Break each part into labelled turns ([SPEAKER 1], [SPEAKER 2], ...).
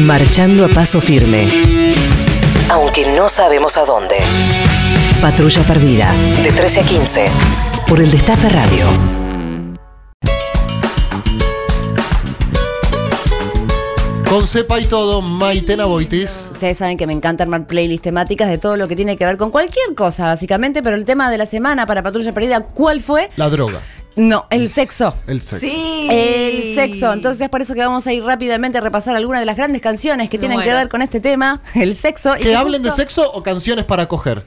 [SPEAKER 1] Marchando a paso firme. Aunque no sabemos a dónde. Patrulla perdida. De 13 a 15. Por el Destape Radio.
[SPEAKER 2] Con cepa y todo, Maitena Boitis.
[SPEAKER 3] Ustedes saben que me encanta armar playlists temáticas de todo lo que tiene que ver con cualquier cosa, básicamente, pero el tema de la semana para Patrulla Perdida, ¿cuál fue?
[SPEAKER 2] La droga.
[SPEAKER 3] No, el sexo.
[SPEAKER 2] El sexo.
[SPEAKER 4] Sí.
[SPEAKER 3] El sexo. Entonces, por eso que vamos a ir rápidamente a repasar algunas de las grandes canciones que
[SPEAKER 4] Me
[SPEAKER 3] tienen que
[SPEAKER 4] muero.
[SPEAKER 3] ver con este tema, el sexo. Y
[SPEAKER 2] ¿Que hablen de
[SPEAKER 3] justo-
[SPEAKER 2] sexo o canciones para coger?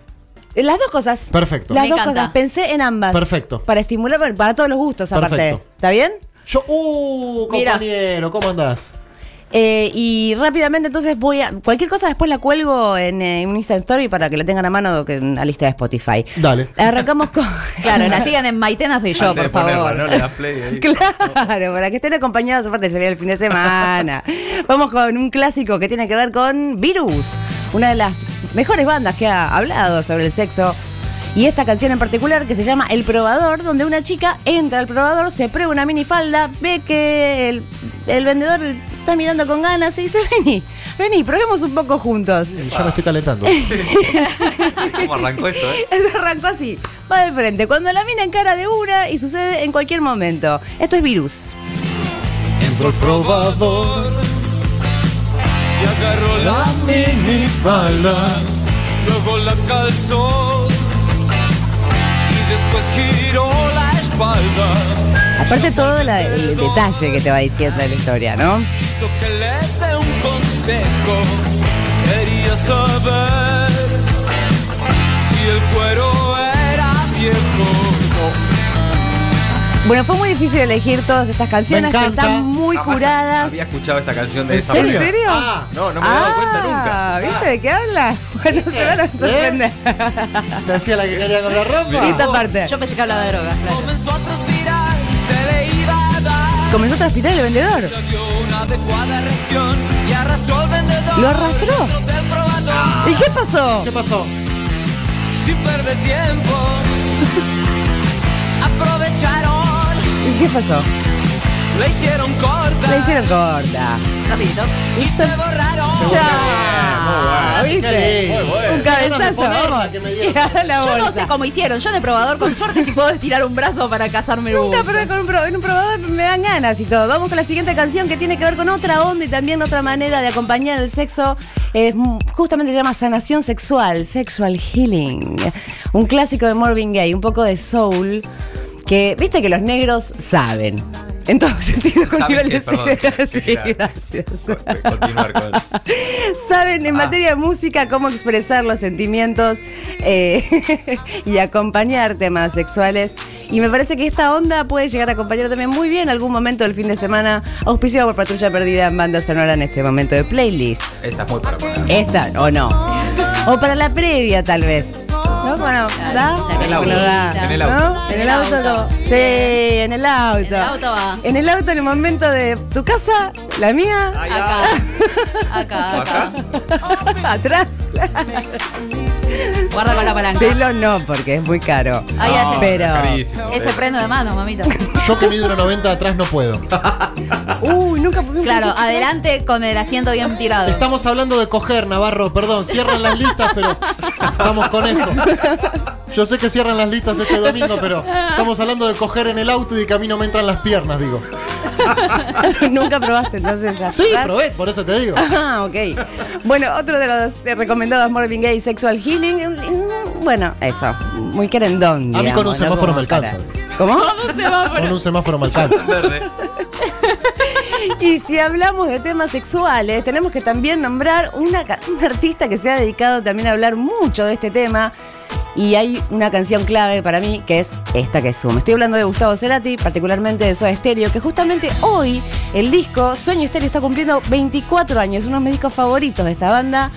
[SPEAKER 3] Las dos cosas.
[SPEAKER 2] Perfecto.
[SPEAKER 3] Las
[SPEAKER 4] Me
[SPEAKER 3] dos
[SPEAKER 4] encanta.
[SPEAKER 3] cosas. Pensé en ambas.
[SPEAKER 2] Perfecto.
[SPEAKER 3] Para estimular, para- para todos los gustos, aparte.
[SPEAKER 2] Perfecto.
[SPEAKER 3] ¿Está bien?
[SPEAKER 2] Yo, uh,
[SPEAKER 4] Mira.
[SPEAKER 2] compañero, ¿cómo andás?
[SPEAKER 3] Eh, y rápidamente, entonces voy a. Cualquier cosa después la cuelgo en eh, un Insta Story para que la tengan a mano que, en la lista de Spotify.
[SPEAKER 2] Dale.
[SPEAKER 3] Arrancamos con.
[SPEAKER 4] Claro, la sigan en Maitena soy yo,
[SPEAKER 5] Antes
[SPEAKER 4] por
[SPEAKER 5] de ponerla,
[SPEAKER 4] favor.
[SPEAKER 5] no le das play ahí.
[SPEAKER 3] Claro, para que estén acompañados, aparte se viene el fin de semana. Vamos con un clásico que tiene que ver con Virus, una de las mejores bandas que ha hablado sobre el sexo. Y esta canción en particular que se llama El Probador, donde una chica entra al probador, se prueba una minifalda, ve que el, el vendedor está mirando con ganas y dice, vení, vení, probemos un poco juntos.
[SPEAKER 2] Eh, Ya me estoy calentando.
[SPEAKER 5] ¿Cómo arrancó esto, eh?
[SPEAKER 3] Arrancó así, va de frente, cuando la mina encara de una y sucede en cualquier momento. Esto es Virus.
[SPEAKER 6] Entró el probador y agarró la minifalda. Luego la calzó y después giró la espalda.
[SPEAKER 3] Aparte todo la- el detalle que te va diciendo la historia, ¿no?
[SPEAKER 6] Hizo que le dé un consejo. Quería saber si el cuero era viejo.
[SPEAKER 3] Bueno, fue muy difícil elegir todas estas canciones que
[SPEAKER 2] encanta.
[SPEAKER 3] están muy
[SPEAKER 5] Jamás
[SPEAKER 3] curadas.
[SPEAKER 5] Había escuchado esta canción de
[SPEAKER 2] ¿En
[SPEAKER 5] esa
[SPEAKER 2] serio?
[SPEAKER 5] manera.
[SPEAKER 3] serio?
[SPEAKER 2] Ah,
[SPEAKER 5] No, no me había dado cuenta nunca.
[SPEAKER 3] ¿Viste de qué habla? Bueno, se van a sorprender.
[SPEAKER 2] te hacía la que quería con la ropa.
[SPEAKER 3] Y Esta parte.
[SPEAKER 4] Yo pensé que hablaba de drogas, claro.
[SPEAKER 6] Comenzó a transpirar, se le iba a dar.
[SPEAKER 3] Comenzó a transpirar el vendedor.
[SPEAKER 6] Se dio una adecuada reacción y arrastró al vendedor.
[SPEAKER 3] ¿Lo arrastró?
[SPEAKER 6] dentro del probador,
[SPEAKER 3] ¿Y qué pasó?
[SPEAKER 2] ¿Qué pasó?
[SPEAKER 6] Sin perder tiempo. Aprovecharon,
[SPEAKER 3] ¿Y qué pasó?
[SPEAKER 6] le hicieron corta.
[SPEAKER 3] La hicieron corta.
[SPEAKER 4] Rapidito.
[SPEAKER 6] Y se borraron.
[SPEAKER 3] Ya. ¿Viste?
[SPEAKER 2] Muy bueno.
[SPEAKER 3] Un
[SPEAKER 2] Qué ganas de
[SPEAKER 3] cabezazo.
[SPEAKER 2] ponerla
[SPEAKER 3] vamos.
[SPEAKER 2] que me dieron.
[SPEAKER 3] Y a la
[SPEAKER 4] Yo no
[SPEAKER 3] bolsa.
[SPEAKER 4] sé cómo hicieron. Yo de probador, con suerte, si puedo estirar un brazo para cazarme el
[SPEAKER 3] Nunca
[SPEAKER 4] buzo.
[SPEAKER 3] probé con un, pro- en un probador, me dan ganas y todo. Vamos con la siguiente canción que tiene que ver con otra onda y también otra manera de acompañar el sexo. Es, mm, justamente se llama Sanación Sexual, Sexual Healing. Un clásico de Morbin Gay, un poco de soul, que viste que los negros saben. Entonces, tiene con
[SPEAKER 5] ¿Saben
[SPEAKER 3] niveles
[SPEAKER 5] qué? Perdón, qué-
[SPEAKER 3] sí,
[SPEAKER 5] qué grave.
[SPEAKER 3] gracias.
[SPEAKER 5] Continuar con.
[SPEAKER 3] Saben
[SPEAKER 5] Ah.
[SPEAKER 3] en materia de música cómo expresar los sentimientos eh, y acompañar temas sexuales. Y me parece que esta onda puede llegar a acompañar también muy bien algún momento del fin de semana, auspiciado por Patrulla Perdida en banda sonora en este momento de playlist.
[SPEAKER 5] Esta es muy para poner.
[SPEAKER 3] Esta o no. O para la previa tal vez. ¿No? Bueno, ¿da?
[SPEAKER 4] la
[SPEAKER 5] En el auto.
[SPEAKER 3] Bueno, da,
[SPEAKER 4] En
[SPEAKER 5] el auto.
[SPEAKER 3] ¿no? En el auto. como- Sí, en el auto.
[SPEAKER 4] En el auto va.
[SPEAKER 3] En el auto en el momento de tu casa, la mía,
[SPEAKER 4] Acá. Acá, acá.
[SPEAKER 5] ¿Bajás?
[SPEAKER 3] atrás.
[SPEAKER 4] Guarda con la palanca.
[SPEAKER 3] Telo no, porque es muy caro.
[SPEAKER 4] Ahí hace-
[SPEAKER 3] pero.
[SPEAKER 5] Ah, Carísimo.
[SPEAKER 4] Ese freno de mano, mamita.
[SPEAKER 2] Yo que mido 90 atrás no puedo.
[SPEAKER 3] Uy, uh, nunca nunca
[SPEAKER 4] Claro,
[SPEAKER 3] hice-
[SPEAKER 4] adelante con el asiento bien tirado.
[SPEAKER 2] Estamos hablando de coger, Navarro, perdón, cierran las listas, pero estamos con eso. Yo sé que cierran las listas este domingo, pero estamos hablando de coger en el auto y de camino me entran las piernas, digo.
[SPEAKER 3] nunca probaste entonces. la-
[SPEAKER 2] Sí,
[SPEAKER 3] ¿verdad?
[SPEAKER 2] probé, por eso te digo.
[SPEAKER 3] Ah, ok. Bueno, otro de los eh, recomendados Morbin Gay Sexual Healing. mm, Bueno, eso. Muy
[SPEAKER 2] A
[SPEAKER 3] querendón.
[SPEAKER 2] mí con
[SPEAKER 3] digamos,
[SPEAKER 2] un
[SPEAKER 3] ¿no?
[SPEAKER 2] semáforo
[SPEAKER 3] Como
[SPEAKER 2] me alcanza.
[SPEAKER 3] para- ¿Cómo?
[SPEAKER 2] Con un semáforo me alcanza.
[SPEAKER 5] Verde.
[SPEAKER 3] Y si hablamos de temas sexuales, tenemos que también nombrar una, ca- un artista que se ha dedicado también a hablar mucho de este tema. Y hay una canción clave para mí que es esta que sumo. Estoy hablando de Gustavo Cerati, particularmente de Soda Stereo, que justamente hoy el disco Sueño Stereo está cumpliendo 24 años, uno de mis discos favoritos de esta banda.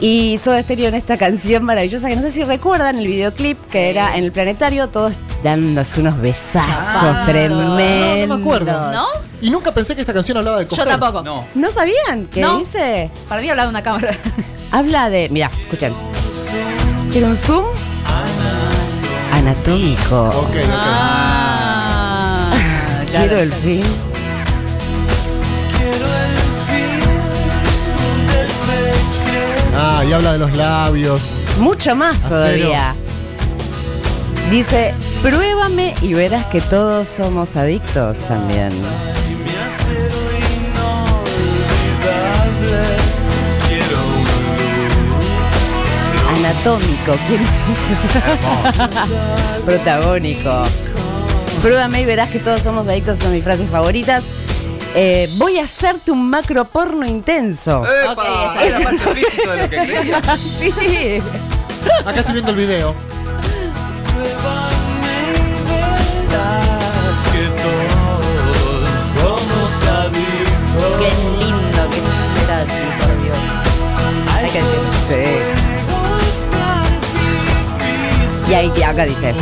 [SPEAKER 3] Y Soda Stereo en esta canción maravillosa que no sé si recuerdan el videoclip que era en el planetario, todos dándose unos besazos
[SPEAKER 4] Ah,
[SPEAKER 3] tremendos.
[SPEAKER 2] no me acuerdo.
[SPEAKER 4] ¿No?
[SPEAKER 2] Y nunca pensé que esta canción hablaba de
[SPEAKER 4] Yo
[SPEAKER 2] coger.
[SPEAKER 4] tampoco.
[SPEAKER 5] No.
[SPEAKER 3] ¿No sabían qué
[SPEAKER 4] No.
[SPEAKER 3] dice?
[SPEAKER 4] Para mí hablaba de una cámara.
[SPEAKER 3] Habla de. Mira, escuchen. ¿Quieren un zoom? Anatómico.
[SPEAKER 2] Ok, ok.
[SPEAKER 4] Ah,
[SPEAKER 3] Quiero el fin
[SPEAKER 6] Quiero el fin
[SPEAKER 2] Ah, habla de los labios.
[SPEAKER 3] Mucho más
[SPEAKER 2] Acero.
[SPEAKER 3] todavía. Dice, pruébame y verás que todos somos adictos también. Anatómico, ¿quién? Protagónico. Pruébame y verás que todos somos adictos, son mis frases favoritas. Eh, voy a hacerte un macro porno intenso.
[SPEAKER 4] Ok,
[SPEAKER 5] ¡Epa!
[SPEAKER 4] está
[SPEAKER 6] Eh,
[SPEAKER 5] Era más explícito de lo que creía.
[SPEAKER 3] Sí.
[SPEAKER 2] Acá estoy viendo el video.
[SPEAKER 4] Qué lindo que era así, por Dios. Hay que decirlo.
[SPEAKER 3] Sí. Y ahí y acá dice.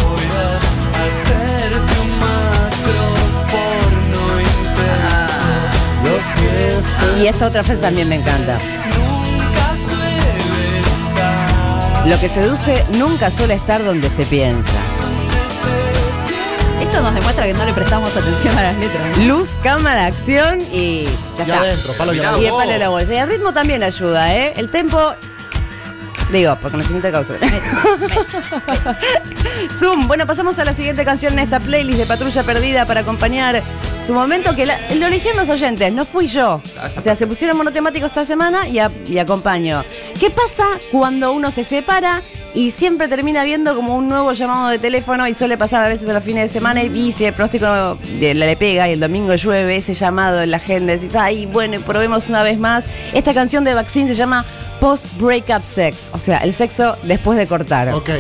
[SPEAKER 3] Y esta otra frase también me encanta. Lo que seduce nunca suele estar donde se piensa.
[SPEAKER 4] Esto nos demuestra que no le prestamos atención a las letras.
[SPEAKER 3] Luz, cámara, acción y ya
[SPEAKER 2] Y
[SPEAKER 3] está.
[SPEAKER 2] adentro, palo y
[SPEAKER 5] Mirá
[SPEAKER 2] adentro.
[SPEAKER 3] Y el palo de la bolsa. Y el ritmo también ayuda, ¿eh? El tempo. Digo, por conocimiento de causa. Zoom. Bueno, pasamos a la siguiente canción en esta playlist de Patrulla Perdida para acompañar su momento que la- lo eligieron los oyentes, no fui yo. O sea, se pusieron monotemáticos esta semana y, a- y acompaño. ¿Qué pasa cuando uno se separa y siempre termina viendo como un nuevo llamado de teléfono y suele pasar a veces a los fines de semana y, y si el pronóstico de la le pega y el domingo llueve, ese llamado en la agenda, decís, ay, bueno, probemos una vez más. Esta canción de Vaccine se llama Post Breakup Sex, o sea, el sexo después de cortar.
[SPEAKER 2] Ok.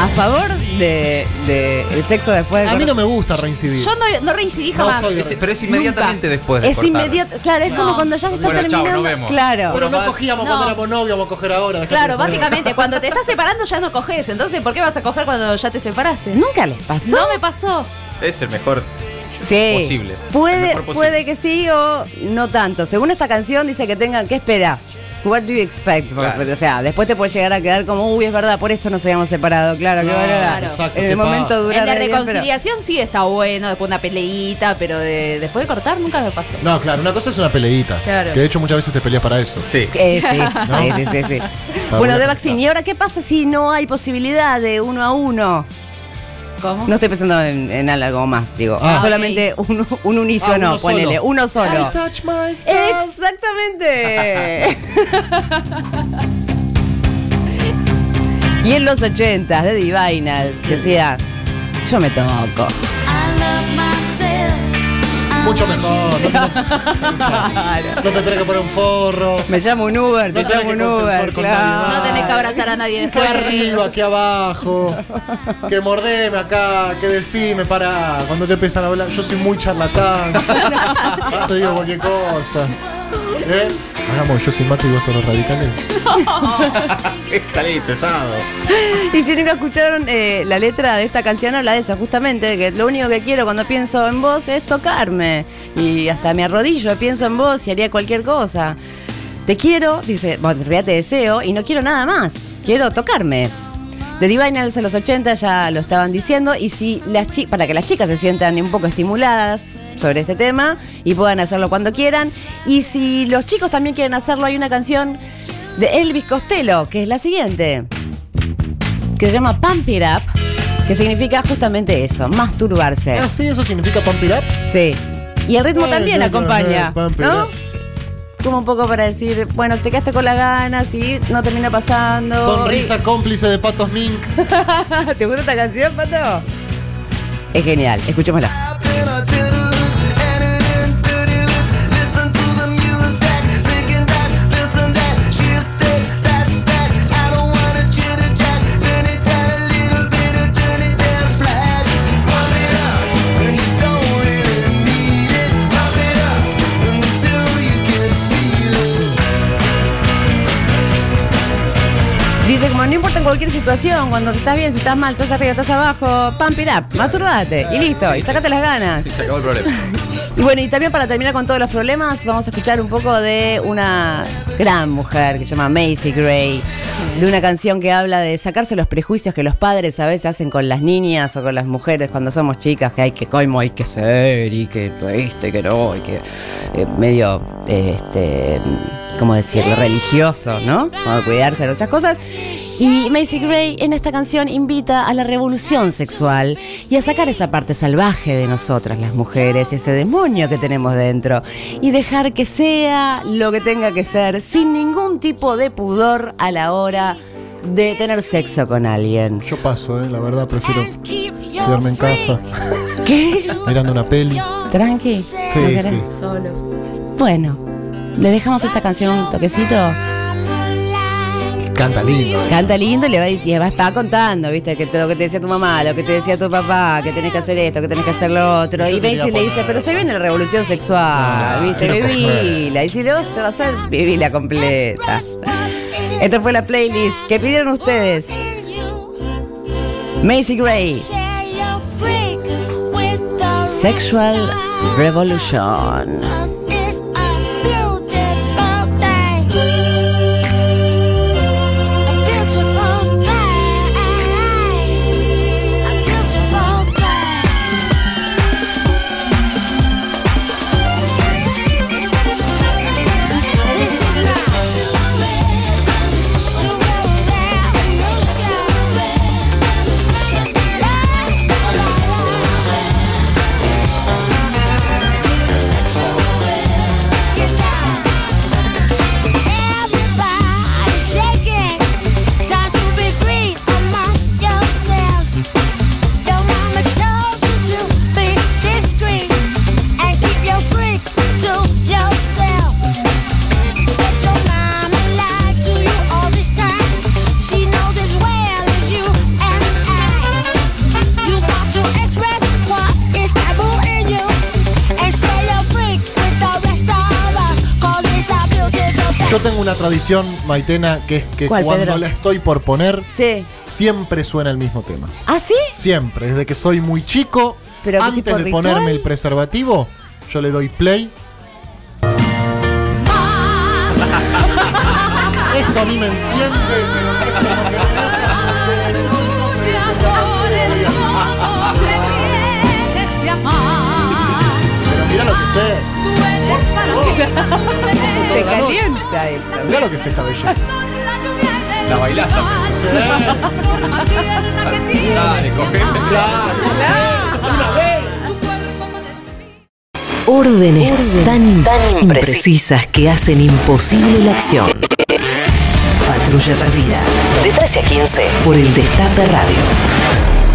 [SPEAKER 3] a favor de, de el sexo después de
[SPEAKER 2] A mí
[SPEAKER 3] cortar.
[SPEAKER 2] no me gusta reincidir.
[SPEAKER 4] Yo no, no reincidí
[SPEAKER 2] No
[SPEAKER 4] jamás.
[SPEAKER 2] soy de
[SPEAKER 5] Es-
[SPEAKER 2] reincidir.
[SPEAKER 5] pero es inmediatamente después de
[SPEAKER 3] es
[SPEAKER 5] cortar.
[SPEAKER 3] inmediato, claro, es como
[SPEAKER 4] No.
[SPEAKER 3] cuando ya se está
[SPEAKER 5] Bueno, chau,
[SPEAKER 3] terminando.
[SPEAKER 5] nos vemos.
[SPEAKER 3] Claro.
[SPEAKER 2] Bueno, no
[SPEAKER 5] más-
[SPEAKER 2] cogíamos
[SPEAKER 4] no.
[SPEAKER 2] cuando éramos novios, vamos a coger ahora. dejate de
[SPEAKER 4] Claro,
[SPEAKER 2] joder.
[SPEAKER 4] básicamente, cuando te estás separando ya no coges. Entonces, ¿por qué vas a coger cuando ya te separaste?
[SPEAKER 3] Nunca les pasó.
[SPEAKER 4] No me pasó.
[SPEAKER 5] Es el mejor.
[SPEAKER 3] Sí.
[SPEAKER 5] Posible. El
[SPEAKER 3] Puede,
[SPEAKER 5] mejor posible.
[SPEAKER 3] puede que sí o no tanto. Según esta canción dice que tengan, ¿qué esperás? What do you expect?
[SPEAKER 5] Claro.
[SPEAKER 3] O sea, después te puede llegar a quedar como, uy, es verdad, por esto nos habíamos separado, claro, que
[SPEAKER 2] Claro,
[SPEAKER 3] verdad.
[SPEAKER 2] exacto,
[SPEAKER 3] En
[SPEAKER 2] ¿qué
[SPEAKER 3] el momento
[SPEAKER 2] pasa?
[SPEAKER 3] dura
[SPEAKER 4] El de
[SPEAKER 3] re bien, pero-
[SPEAKER 4] reconciliación sí está bueno, después una peleita, pero de- después de cortar nunca me pasó.
[SPEAKER 2] No, claro, una cosa es una peleita.
[SPEAKER 4] Claro.
[SPEAKER 2] Que de hecho muchas veces te peleas para eso.
[SPEAKER 5] Sí.
[SPEAKER 3] Eh, sí, sí, sí, sí, sí. Bueno,
[SPEAKER 2] voy
[SPEAKER 3] de
[SPEAKER 2] a
[SPEAKER 3] vaccine. ¿Y ahora qué pasa si no hay posibilidad de uno a uno?
[SPEAKER 4] ¿Cómo?
[SPEAKER 3] No estoy pensando en, en algo más, digo.
[SPEAKER 2] Ah.
[SPEAKER 3] Solamente un, un
[SPEAKER 2] Ah,
[SPEAKER 3] unísono,
[SPEAKER 2] uno solo.
[SPEAKER 3] ponele. Uno solo.
[SPEAKER 2] I touch myself.
[SPEAKER 3] Exactamente. y en los 80 de Divinals decía, yo me toco.
[SPEAKER 4] Ah.
[SPEAKER 2] Mucho mejor. No, no te tenés que poner un forro.
[SPEAKER 3] Me llamo un Uber, te
[SPEAKER 2] No tenés que
[SPEAKER 3] llamo un Uber,
[SPEAKER 2] consensuar con nadie
[SPEAKER 3] claro.
[SPEAKER 2] más.
[SPEAKER 4] No tenés que abrazar a nadie
[SPEAKER 2] Que
[SPEAKER 4] después.
[SPEAKER 2] arriba, que abajo. Que mordeme acá, que decime, para. Cuando te empiezan a hablar, yo soy muy charlatán. te digo cualquier cosa. ¿Eh? Hagamos, yo soy mato y vos sos los radicales.
[SPEAKER 5] Salí pesado.
[SPEAKER 3] Y si nunca escucharon eh, la letra de esta canción, habla de eso, justamente, de que lo único que quiero cuando pienso en vos es tocarme. Y hasta me arrodillo, pienso en vos y haría cualquier cosa. Te quiero, dice, bueno, en realidad te deseo y no quiero nada más. Quiero tocarme. De Divinals en los 80 ya lo estaban diciendo. Y si las chi- para que las chicas se sientan un poco estimuladas sobre este tema y puedan hacerlo cuando quieran. Y si los chicos también quieren hacerlo, hay una canción de Elvis Costello, que es la siguiente que se llama Pump It Up, que significa justamente eso, masturbarse.
[SPEAKER 2] Ah, sí, eso significa pump it up.
[SPEAKER 3] Sí. Y el ritmo
[SPEAKER 2] Bueno,
[SPEAKER 3] también
[SPEAKER 2] no,
[SPEAKER 3] acompaña,
[SPEAKER 2] no, pump it
[SPEAKER 3] ¿no?
[SPEAKER 2] up.
[SPEAKER 3] Como un poco para decir, bueno, si te quedaste con las ganas y no eh. termina pasando.
[SPEAKER 2] Sonrisa cómplice de patos mink.
[SPEAKER 3] ¿Te gusta esta canción, Pato? Es genial, escuchémosla. dice como, no importa en cualquier situación, cuando estás bien, si estás mal, estás arriba, estás abajo, pump it up, masturbate, y listo, y sacate las ganas.
[SPEAKER 5] Sí, se acabó el problema.
[SPEAKER 3] Y bueno, y también para terminar con todos los problemas, vamos a escuchar un poco de una gran mujer que se llama Macy Gray, de una canción que habla de sacarse los prejuicios que los padres a veces hacen con las niñas o con las mujeres cuando somos chicas, que hay que como hay que ser y que esto y que no, y que eh, medio, eh, este, ¿cómo decirlo? Religioso, ¿no? Como cuidarse de esas cosas. Y Macy Gray en esta canción invita a la revolución sexual y a sacar esa parte salvaje de nosotras las mujeres, ese demonio que tenemos dentro y dejar que sea lo que tenga que ser sin ningún tipo de pudor a la hora de tener sexo con alguien.
[SPEAKER 2] Yo paso, eh, la verdad, prefiero quedarme en casa
[SPEAKER 3] ¿Qué?
[SPEAKER 2] mirando una peli.
[SPEAKER 3] Tranqui. ¿No
[SPEAKER 2] Sí,
[SPEAKER 3] querés?
[SPEAKER 2] sí.
[SPEAKER 4] Solo.
[SPEAKER 3] Bueno, le dejamos esta canción un toquecito.
[SPEAKER 2] Canta lindo. eh.
[SPEAKER 3] Canta lindo y le va a decir, va a estar contando, viste, que todo lo que te decía tu mamá, lo que te decía tu papá, que tenés que hacer esto, que tenés que hacer lo otro.
[SPEAKER 2] Yo
[SPEAKER 3] Y
[SPEAKER 2] quería
[SPEAKER 3] Macy le dice,
[SPEAKER 2] poner-
[SPEAKER 3] pero se viene la revolución sexual, viste,
[SPEAKER 5] quiero
[SPEAKER 3] vivila. Y si le vas a hacer, vivila completa. Esta fue la playlist que pidieron ustedes. Macy Gray, Sexual Revolution.
[SPEAKER 7] Everybody shake it. Time to be free amongst yourselves. Your mama told you to be discreet and keep your freak to yourself. But your mama lied to you all this time. She knows as well as you and I. You want to express what is taboo in you and share your freak with the rest of us. 'Cause it's a beautiful thing.
[SPEAKER 2] Yo tengo una tradición, Maitena, que es que
[SPEAKER 3] ¿Cuál,
[SPEAKER 2] cuando
[SPEAKER 3] Pedro?
[SPEAKER 2] la estoy por poner,
[SPEAKER 3] Sí.
[SPEAKER 2] siempre suena el mismo tema.
[SPEAKER 3] ¿Ah, sí?
[SPEAKER 2] Siempre, desde que soy muy chico,
[SPEAKER 3] ¿Pero qué
[SPEAKER 2] antes
[SPEAKER 3] tipo
[SPEAKER 2] de
[SPEAKER 3] ritual?
[SPEAKER 2] ponerme el preservativo, yo le doy play. Esto a mí me enciende. Pero mirá lo que sé,
[SPEAKER 3] Te calienta esto.
[SPEAKER 2] mirá lo que sé esta belleza.
[SPEAKER 5] La bailás también. Dale, cogeme.
[SPEAKER 1] Órdenes tan, tan imprecisas que hacen imposible la acción. Patrulla Perdida. De 13 a 15. Por el Destape Radio.